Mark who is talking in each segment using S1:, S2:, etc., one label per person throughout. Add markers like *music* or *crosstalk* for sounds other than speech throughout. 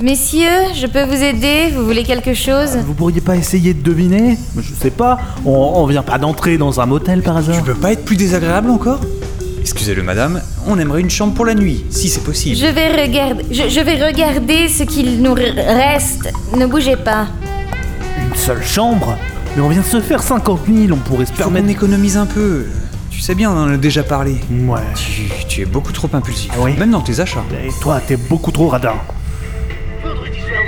S1: Messieurs, je peux vous aider Vous voulez quelque chose
S2: Vous pourriez pas essayer de deviner Je sais pas, on, on vient pas d'entrer dans un motel par hasard.
S3: Tu peux pas être plus désagréable encore Excusez-le, madame, on aimerait une chambre pour la nuit, si c'est possible.
S1: Je vais regarder. Je, je vais regarder ce qu'il nous re- reste. Ne bougez pas.
S2: Une seule chambre Mais on vient de se faire 50 000, on pourrait se
S3: Faut qu'on
S2: permettre.
S3: économise un peu. Tu sais bien, on en a déjà parlé.
S2: Ouais.
S3: Tu, tu es beaucoup trop impulsif,
S2: Ah oui
S3: même dans tes achats.
S2: Et toi, t'es beaucoup trop radin.
S4: Vendredi soir,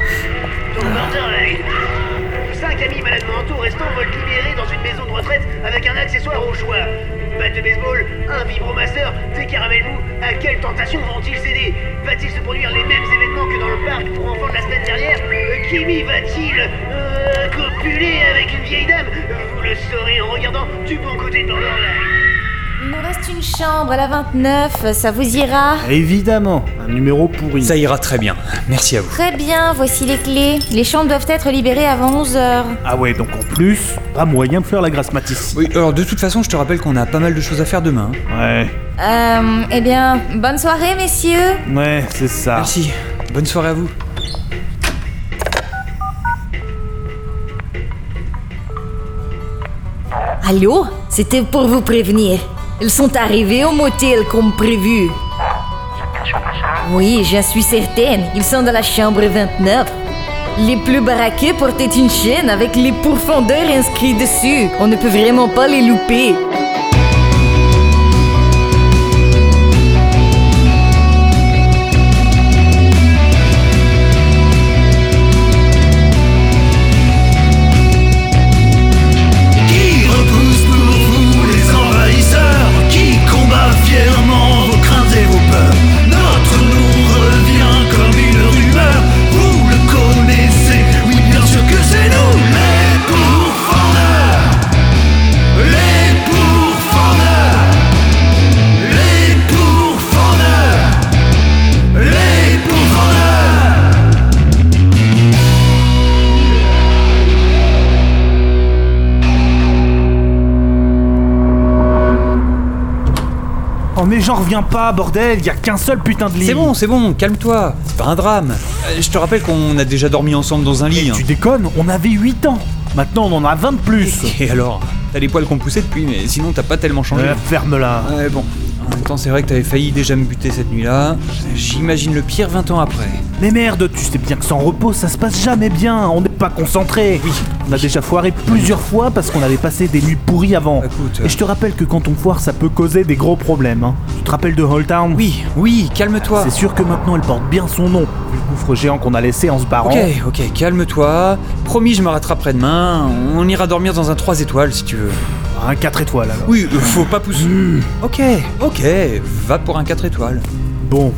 S4: tombe dans l'œil. Cinq amis malades mentaux restants veulent libérer dans une maison de retraite avec un accessoire au choix. Une batte de baseball, un vibromasseur, des caramels mous. À quelle tentation vont-ils céder Va-t-il se produire les mêmes événements que dans le parc pour enfants de la semaine dernière Euh, Kimi va-t-il euh, copuler avec une vieille dame Vous le saurez en regardant du bon côté de Borderline.
S1: Il nous reste une chambre à la 29, ça vous ira
S2: Évidemment, un numéro pourri.
S3: Ça ira très bien, merci à vous.
S1: Très bien, voici les clés. Les chambres doivent être libérées avant 11h.
S2: Ah ouais, donc en plus, pas moyen de faire la grasse matisse.
S3: Oui, alors de toute façon, je te rappelle qu'on a pas mal de choses à faire demain. hein.
S2: Ouais,
S1: Euh, eh bien, bonne soirée, messieurs.
S2: ouais, c'est ça.
S3: Merci, bonne soirée à vous.
S5: Allô C'était pour vous prévenir. Ils sont arrivés au motel comme prévu. Oui, j'en suis certaine. Ils sont dans la chambre 29. Les plus baraqués portaient une chaîne avec les pourfendeurs inscrits dessus. On ne peut vraiment pas les louper.
S6: Qui repousse pour vous les envahisseurs Qui combat fièrement vos craintes et vos peurs Notre nom revient comme une rumeur Vous le connaissez, oui bien sûr que c'est nous Les pourfendeurs Les pourfendeurs Les pourfendeurs Les pourfendeurs
S2: Oh mais j'en reviens pas, bordel, y a qu'un seul putain de lit.
S3: C'est bon, c'est bon, calme-toi, c'est pas un drame. Euh, je te rappelle qu'on a déjà dormi ensemble dans un lit.
S2: Tu déconnes, on avait 8 ans. Maintenant, on en a 20 de
S3: hein.
S2: plus.
S3: Et alors T'as les poils qu'on poussait depuis, mais sinon t'as pas tellement changé.
S2: Euh, Ferme-la.
S3: Ouais, bon. En même temps, c'est vrai que t'avais failli déjà me buter cette nuit-là. J'imagine le pire 20 ans après.
S2: Mais merde, tu sais bien que sans repos, ça se passe jamais bien. On n'est pas concentré.
S3: Oui.
S2: On a déjà foiré plusieurs fois parce qu'on avait passé des nuits pourries avant.
S3: Écoute, euh,
S2: Et je te rappelle que quand on foire, ça peut causer des gros problèmes. hein. Tu te rappelles de Holtown
S3: Oui, oui, calme-toi.
S2: C'est sûr que maintenant elle porte bien son nom, vu le gouffre géant qu'on a laissé en se barrant.
S3: Ok, ok, calme-toi. Promis, je me rattraperai demain. On ira dormir dans un 3 étoiles si tu veux.
S2: Ah, Un 4 étoiles alors.
S3: Oui, euh, faut pas pousser. Ok, ok, va pour un 4 étoiles.
S2: Bon.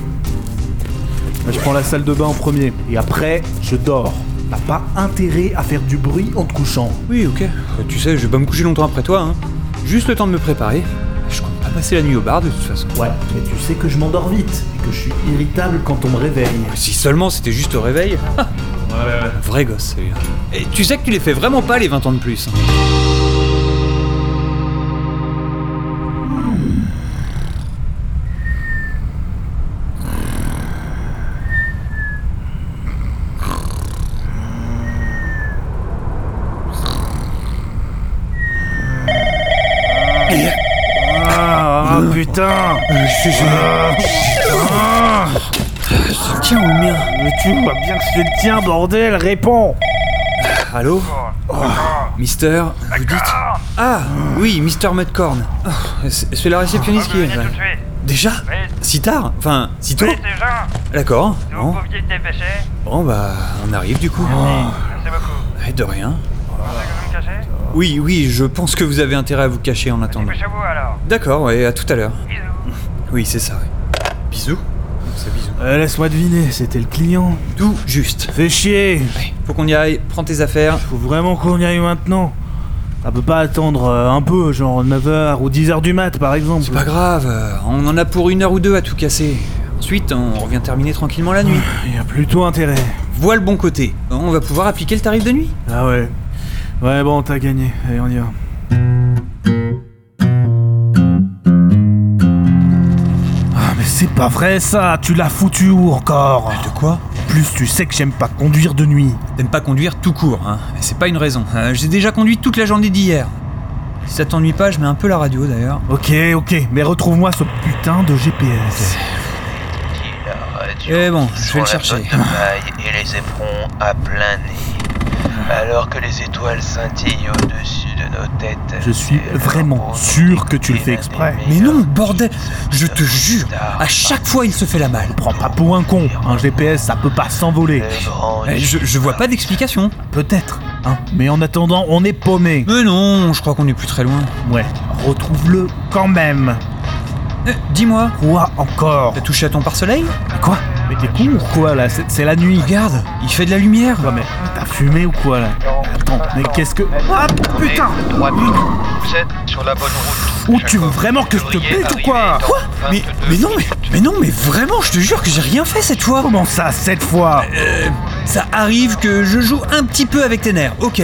S2: Je prends la salle de bain en premier. Et après, je dors. T'as pas intérêt à faire du bruit en te couchant.
S3: Oui, ok. Euh, Tu sais, je vais pas me coucher longtemps après toi. Hein. Juste le temps de me préparer. Je compte pas passer la nuit au bar de toute façon.
S2: Ouais, mais tu sais que je m'endors vite et que je suis irritable quand on me réveille.
S3: Si seulement c'était juste au réveil. *laughs* Ah, Vrai gosse, celui-là. Et tu sais que tu les fais vraiment pas les 20 ans de plus. hein.
S2: Ah
S3: Euh.
S2: putain
S3: Ah. Tiens, le mien.
S2: Mais tu vois bien que c'est le tien, bordel, réponds
S3: Allô Oh, Mister, vous dites Ah, oui, Mister Mudcorn. Oh, c'est c'est la réceptionniste qui est.
S7: Venez tout de suite.
S3: Déjà Si tard Enfin, si tôt
S7: Oui, déjà.
S3: D'accord.
S7: Vous
S3: Bon.
S7: pouviez se dépêcher.
S3: Bon, bah, on arrive du coup. Oh.
S7: Merci beaucoup.
S3: Eh, De
S7: Vous
S3: rien.
S7: pensez que vous me cachez
S3: Oui, oui, je pense que vous avez intérêt à vous cacher en attendant.
S7: Dépêchez-vous alors.
S3: D'accord, ouais, à tout à l'heure.
S7: Bisous.
S3: Oui, c'est ça. ouais. Bisous C'est bisous.
S2: Euh, Laisse-moi deviner, c'était le client.
S3: Tout juste.
S2: Fais chier
S3: Allez, Faut qu'on y aille, prends tes affaires.
S2: Faut vraiment qu'on y aille maintenant. Ça peut pas attendre euh, un peu, genre 9h ou 10h du mat par exemple.
S3: C'est pas grave, euh, on en a pour une heure ou deux à tout casser. Ensuite, on revient terminer tranquillement la nuit.
S2: Il y a plutôt intérêt.
S3: Vois le bon côté. On va pouvoir appliquer le tarif de nuit.
S2: Ah ouais. Ouais, bon, t'as gagné. Allez, on y va. Ah, mais c'est pas vrai ça Tu l'as foutu où encore
S3: De quoi
S2: plus, tu sais que j'aime pas conduire de nuit.
S3: T'aimes pas conduire tout court, hein. Mais c'est pas une raison. Euh, J'ai déjà conduit toute la journée d'hier. Si ça t'ennuie pas, je mets un peu la radio d'ailleurs.
S2: Ok, ok, mais retrouve-moi ce putain de GPS.
S8: Euh,
S3: Eh bon, je vais le chercher.
S8: et les éperons à plein nez, alors que les étoiles scintillent au-dessus de nos têtes. euh,
S2: Je suis vraiment sûr que tu le fais exprès.
S3: Mais non, bordel Je te jure, à chaque fois il se fait la malle.
S2: Prends pas pour un con, un GPS ça peut pas s'envoler.
S3: Eh, Je, je vois pas d'explication.
S2: Peut-être, hein. Mais en attendant, on est paumé.
S3: Mais non, je crois qu'on est plus très loin.
S2: Ouais, retrouve-le quand même.
S3: Eh, Dis-moi,
S2: Quoi encore
S3: t'as touché à ton pare-soleil
S2: Quoi Mais t'es con ou quoi là C'est c'est la nuit.
S3: Regarde, il fait de la lumière.
S2: Quoi, mais t'as fumé ou quoi là Attends, mais qu'est-ce que. Ah putain
S8: Vous êtes sur la bonne route.
S2: Ou tu veux vraiment que je te pète ou quoi
S3: Quoi mais, mais non, mais, mais non, mais vraiment, je te jure que j'ai rien fait cette fois.
S2: Comment ça, cette fois
S3: Ça arrive que je joue un petit peu avec tes nerfs, ok.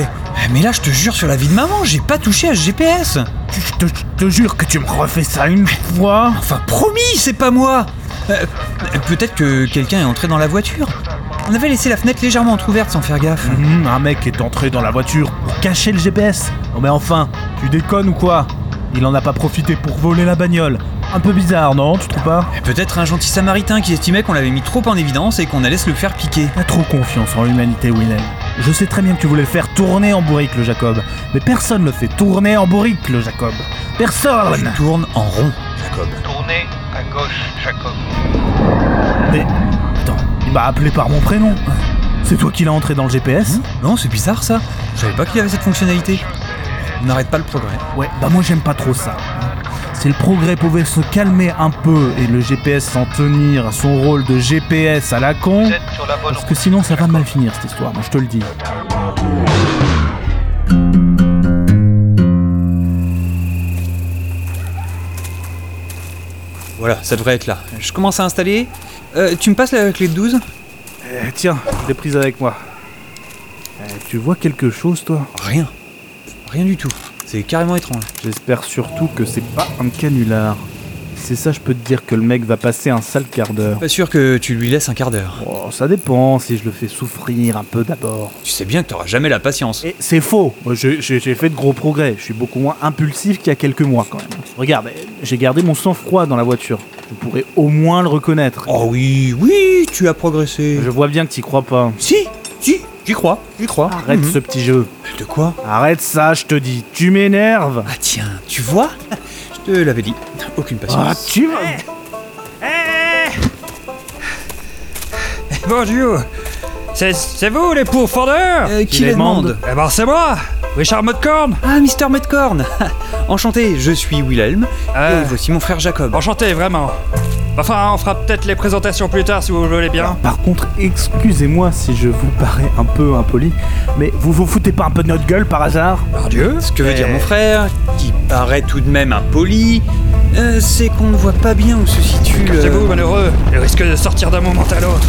S3: Mais là, je te jure sur la vie de maman, j'ai pas touché à ce GPS.
S2: Je te, je te jure que tu me refais ça une fois
S3: Enfin, promis, c'est pas moi. Euh, Peut-être que quelqu'un est entré dans la voiture. On avait laissé la fenêtre légèrement entrouverte sans faire gaffe.
S2: Hum, Un mec est entré dans la voiture pour cacher le GPS Non Oh, mais enfin, tu déconnes ou quoi Il en a pas profité pour voler la bagnole. Un peu bizarre, non Tu trouves pas
S3: Et Peut-être un gentil samaritain qui estimait qu'on l'avait mis trop en évidence et qu'on allait se le faire piquer.
S2: Pas trop confiance en l'humanité, Willem. Je sais très bien que tu voulais le faire tourner en bourrique, le Jacob. Mais personne le fait tourner en bourrique, le Jacob.
S3: Tu
S2: Personne
S3: tournes en rond, Jacob.
S8: Tournez à gauche, Jacob.
S2: Mais... Attends, il m'a appelé par mon prénom. C'est toi qui l'as entré dans le GPS
S3: Non, c'est bizarre ça. Je savais pas qu'il avait cette fonctionnalité. On n'arrête pas le progrès.
S2: Ouais, bah moi j'aime pas trop ça. Si le progrès pouvait se calmer un peu et le GPS s'en tenir à son rôle de GPS à la con,
S8: Vous êtes sur la bonne
S2: parce
S8: route.
S2: que sinon ça va mal finir cette histoire, moi je te le dis.
S3: Voilà, ça devrait être là. Je commence à installer. Euh, tu me passes la clé de 12
S2: Eh, tiens, je l'ai prise avec moi. Eh, tu vois quelque chose toi
S3: Rien. Rien du tout. C'est carrément étrange.
S2: J'espère surtout que c'est pas un canular. C'est ça, je peux te dire que le mec va passer un sale quart d'heure.
S3: Pas sûr que tu lui laisses un quart d'heure.
S2: Oh, ça dépend si je le fais souffrir un peu d'abord.
S3: Tu sais bien que t'auras jamais la patience.
S2: Et c'est faux. Moi, je- je- J'ai fait de gros progrès. Je suis beaucoup moins impulsif qu'il y a quelques mois quand même. Regarde, euh, j'ai gardé mon sang-froid dans la voiture. Je pourrais au moins le reconnaître.
S3: Oh oui, oui, tu as progressé.
S2: Je vois bien que t'y crois pas.
S3: Si, si, j'y crois, j'y crois.
S2: Arrête
S3: Mhm.
S2: ce petit jeu.
S3: De quoi
S2: Arrête ça, je te dis. Tu m'énerves.
S3: Ah tiens, tu vois Je te l'avais dit. Aucune
S2: Ah,
S3: patience.
S2: tu vas.
S9: Bonjour C'est, c'est vous les pourfendeurs
S3: Euh,
S2: qui demande
S9: Eh ben c'est moi Richard Motcorn
S3: Ah, Mister Metcorn *laughs* Enchanté, je suis Wilhelm.
S9: Ah.
S3: Et voici mon frère Jacob.
S9: Enchanté vraiment Enfin on fera peut-être les présentations plus tard si vous voulez bien.
S2: Par contre, excusez-moi si je vous parais un peu impoli, mais vous vous foutez pas un peu de notre gueule par hasard
S3: Dieu Ce que veut dire
S2: Eh.
S3: mon frère, qui paraît tout de même impoli, euh, c'est qu'on ne voit pas bien où se situe euh, le...
S9: C'est vous malheureux, le risque de sortir d'un moment à l'autre.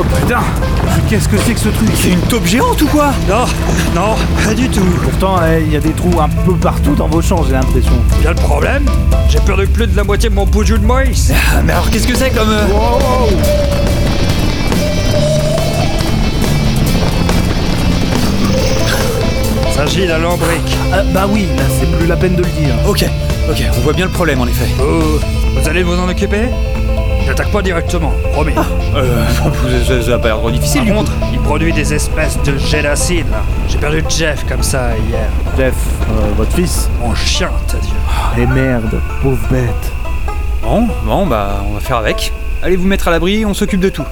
S2: Oh putain Mais Qu'est-ce que c'est que ce truc
S3: C'est une taupe géante ou quoi
S9: Non, non, pas du tout.
S2: Pourtant, eh, il y a des trous un peu partout dans vos champs, j'ai l'impression.
S9: Bien le problème, j'ai perdu plus de la moitié de mon bout de jus de maïs.
S3: Ah, mais alors qu'est-ce que c'est comme... euh,
S9: Il s'agit d'un lambric.
S2: Ah, bah oui, là, c'est plus la peine de le dire.
S3: Ok, ok, on voit bien le problème en effet.
S9: Vous, vous allez vous en occuper J'attaque pas directement, promis.
S3: Euh, *laughs* ça, ça a pas l'air trop difficile
S9: Par
S3: du coup.
S9: contre, il produit des espèces de gélatine. là. J'ai perdu Jeff comme ça hier.
S2: Jeff, euh, votre fils.
S9: Mon chien, t'as dit.
S2: Eh merde, pauvre bête.
S3: Bon, bon, bah, on va faire avec. Allez vous mettre à l'abri, on s'occupe de tout.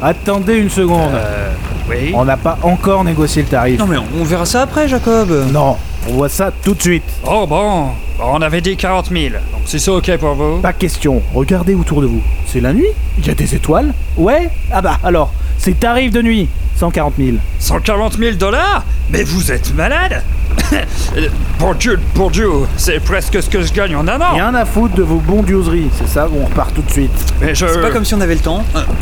S2: Attendez une seconde.
S9: Euh, oui.
S2: On n'a pas encore négocié le tarif.
S3: Non mais on on verra ça après, Jacob.
S2: Non, on voit ça tout de suite.
S9: Oh bon, Bon, on avait dit 40 000, donc si c'est ok pour vous.
S2: Pas question. Regardez autour de vous. C'est la nuit Il y a des étoiles Ouais Ah bah alors, c'est tarif de nuit. 140 000.
S9: 140 000 dollars Mais vous êtes malade *coughs* Euh, Bon Dieu, bon Dieu, c'est presque ce que je gagne en un an.
S2: Rien à foutre de vos bondiouseries, c'est ça On repart tout de suite.
S9: Mais je...
S3: C'est pas comme si on avait le temps. Euh, Oh.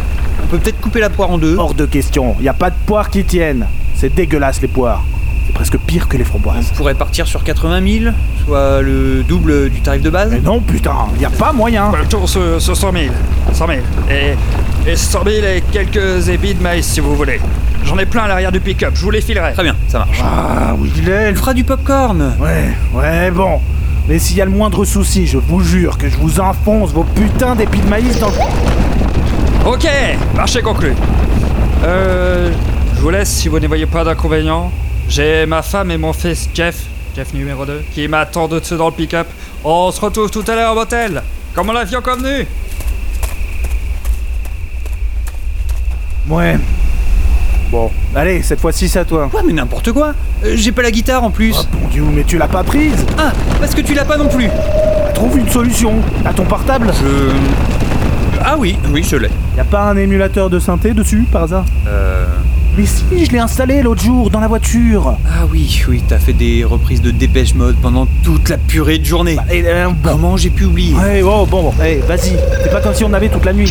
S3: On peut peut-être couper la poire en deux.
S2: Hors de question. Il y a pas de poires qui tiennent. C'est dégueulasse les poires. C'est presque pire que les framboises.
S3: On pourrait partir sur 80 000, soit le double du tarif de base.
S2: Mais non, putain, y a pas moyen.
S9: Partons sur, sur 100 000. 100 000. Et, et 100 000 et quelques épis de maïs si vous voulez. J'en ai plein à l'arrière du pick-up, je vous les filerai.
S3: Très bien, ça marche.
S2: Ah oui, il est.
S3: On fera du popcorn
S2: Ouais, ouais, bon. Mais s'il y a le moindre souci, je vous jure que je vous enfonce vos putains d'épis de maïs dans le.
S9: Ok, marché conclu. Euh, je vous laisse si vous ne voyez pas d'inconvénient. J'ai ma femme et mon fils Jeff, Jeff numéro 2, qui m'attendent au-dessus dans le pick-up. On se retrouve tout à l'heure au motel, comme on l'avion convenu.
S2: Ouais. Bon, allez, cette fois-ci, c'est à toi.
S3: Ouais, mais n'importe quoi Euh, J'ai pas la guitare en plus
S2: Oh bon Dieu, mais tu l'as pas prise
S3: Ah, parce que tu l'as pas non plus
S2: Trouve une solution. À ton portable
S3: Je. Ah oui, oui, je l'ai.
S2: Y a pas un émulateur de synthé dessus, par hasard
S3: Euh.
S2: Mais si, je l'ai installé l'autre jour dans la voiture.
S3: Ah oui, oui, t'as fait des reprises de dépêche mode pendant toute la purée de journée.
S2: Et euh, bon.
S3: Comment j'ai pu oublier
S2: Ouais, oh, bon, bon, hey, vas-y. C'est pas comme si on avait toute la nuit.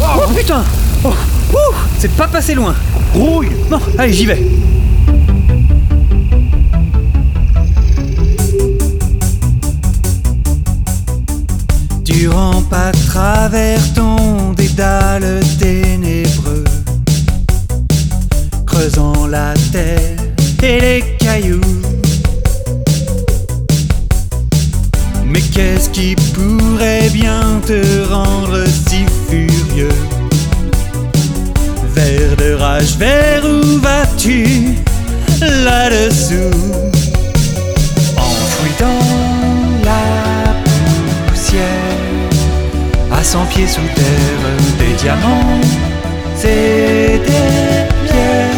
S3: Oh, putain Oh, ouh, C'est pas passé loin
S2: Rouille
S3: Bon, allez, j'y vais Tu rampes à travers ton dédale ténébreux, creusant la terre et les cailloux. Mais qu'est-ce qui pourrait bien te rendre si furieux Vers de rage, vers où vas-tu là-dessous Enfoui dans la poussière, à cent pieds sous terre, des diamants, c'est des pierres.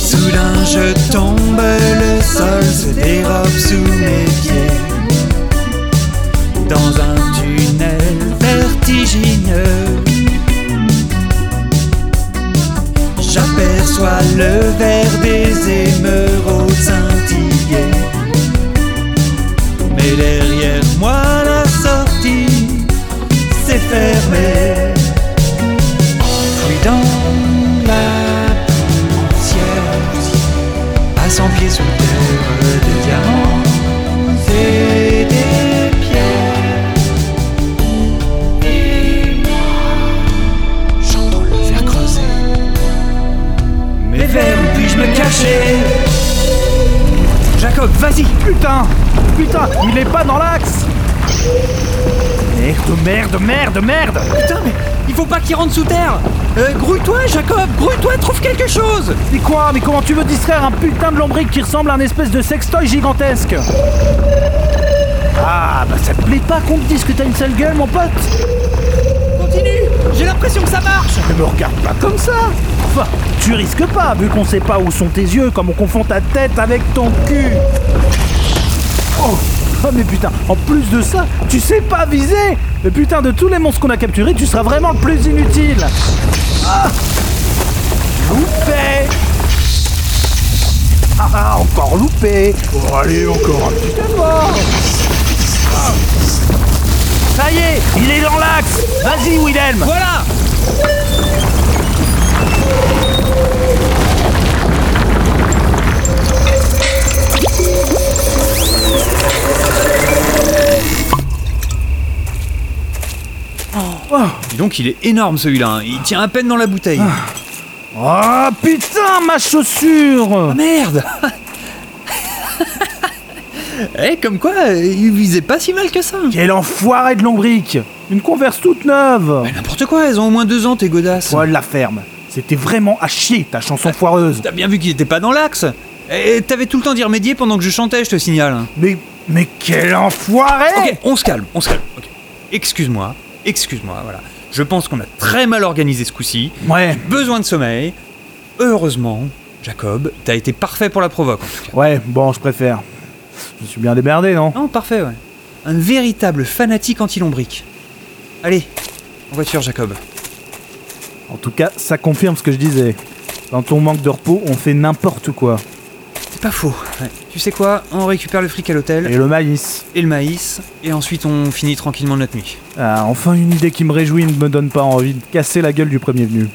S3: Soudain je tombe, le sol se dérobe sous mes pieds. Dans un tunnel vertigineux, j'aperçois le verre des émeraudes scintiller. Mais derrière moi, la sortie s'est fermée. Enfoui dans la poussière, à cent pieds sous terre de diamants et des pierres. Et moi, j'entends le verre creuser. Mais vers où puis-je me cacher Jacob, vas-y
S2: Putain Putain, il est pas dans l'axe Merde, Eh, oh, merde, merde, merde
S3: Putain, mais il faut pas qu'il rentre sous terre euh, Grouille-toi, Jacob Grouille-toi, trouve quelque chose
S2: C'est quoi Mais comment tu veux distraire un putain de lombric qui ressemble à un espèce de sextoy gigantesque Ah, bah ça te plaît pas qu'on te dise que t'as une sale gueule, mon pote
S3: Continue J'ai l'impression que ça marche
S2: Ne me regarde pas comme ça Enfin, tu risques pas, vu qu'on sait pas où sont tes yeux, comme on confond ta tête avec ton cul Oh Oh mais putain, en plus de ça, tu sais pas viser Mais putain, de tous les monstres qu'on a capturés, tu seras vraiment le plus inutile Ah Loupé Ah, Ah, encore loupé Oh, allez, encore un putain de mort Ah. Ça y est, il est dans l'axe Vas-y, Willem
S3: Voilà Oh, Dis donc, il est énorme celui-là, hein. il tient à peine dans la bouteille.
S2: Ah putain, ma chaussure
S3: Oh, Merde Eh, comme quoi, euh, il visait pas si mal que ça
S2: Quel enfoiré de lombric Une converse toute neuve
S3: Mais n'importe quoi, elles ont au moins deux ans, tes godasses
S2: Toi, la ferme. C'était vraiment à chier, ta chanson foireuse.
S3: T'as bien vu qu'il était pas dans l'axe Et t'avais tout le temps d'y remédier pendant que je chantais, je te signale.
S2: Mais, mais quel enfoiré
S3: Ok, on se calme, on se calme. ok. Excuse-moi, excuse-moi, voilà. Je pense qu'on a très mal organisé ce coup-ci.
S2: Ouais,
S3: Besoin de sommeil. Heureusement, Jacob, t'as été parfait pour la provoque en tout cas.
S2: ouais, bon, je préfère. Je me suis bien déberdé, non
S3: Non, parfait, ouais. Un véritable fanatique anti-lombrique. Allez, en voiture, Jacob.
S2: En tout cas, ça confirme ce que je disais. Dans ton manque de repos, on fait n'importe quoi.
S3: C'est pas faux. Ouais. Tu sais quoi On récupère le fric à l'hôtel.
S2: Et le maïs.
S3: Et le maïs. Et ensuite, on finit tranquillement notre nuit.
S2: Ah, enfin une idée qui me réjouit et ne me donne pas envie de casser la gueule du premier venu.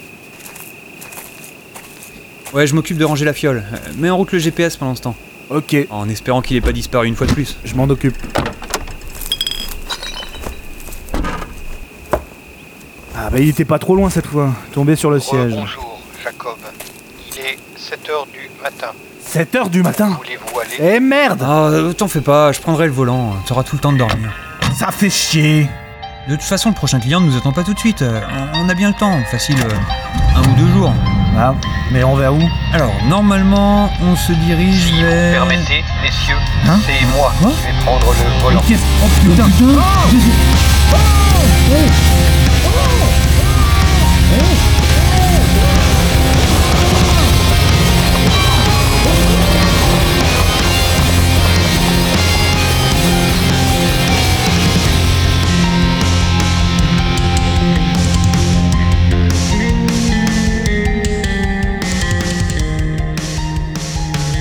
S3: Ouais, je m'occupe de ranger la fiole. Euh, Mets en route le GPS pendant ce temps.
S2: Ok.
S3: En espérant qu'il ait pas disparu une fois de plus.
S2: Je m'en occupe. Ah bah il était pas trop loin cette fois, tombé sur le siège.
S8: Bonjour, Jacob. Il est 7h du matin.
S2: 7h du matin
S8: Voulez-vous aller
S2: Eh merde
S3: Ah, euh, t'en fais pas, je prendrai le volant. euh, T'auras tout le temps de dormir.
S2: Ça fait chier
S3: De toute façon, le prochain client ne nous attend pas tout de suite. Euh, On on a bien le temps. Facile, euh, un ou deux jours.
S2: Ah, mais on va où
S3: Alors, normalement, on se dirige vers...
S8: Permettez, messieurs,
S2: Hein
S8: c'est moi
S2: Hein
S8: qui vais prendre le volant.
S2: Qu'est-ce Oh putain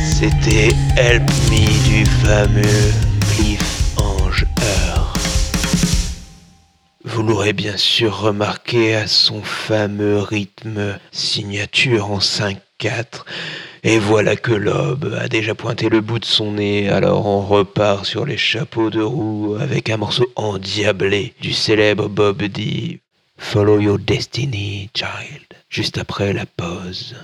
S8: C'était Help Me du fameux Cliff Ange Heur. Vous l'aurez bien sûr remarqué à son fameux rythme signature en 5-4. Et voilà que l'aube a déjà pointé le bout de son nez, alors on repart sur les chapeaux de roue avec un morceau endiablé du célèbre Bob D. Follow your destiny, child. Juste après la pause.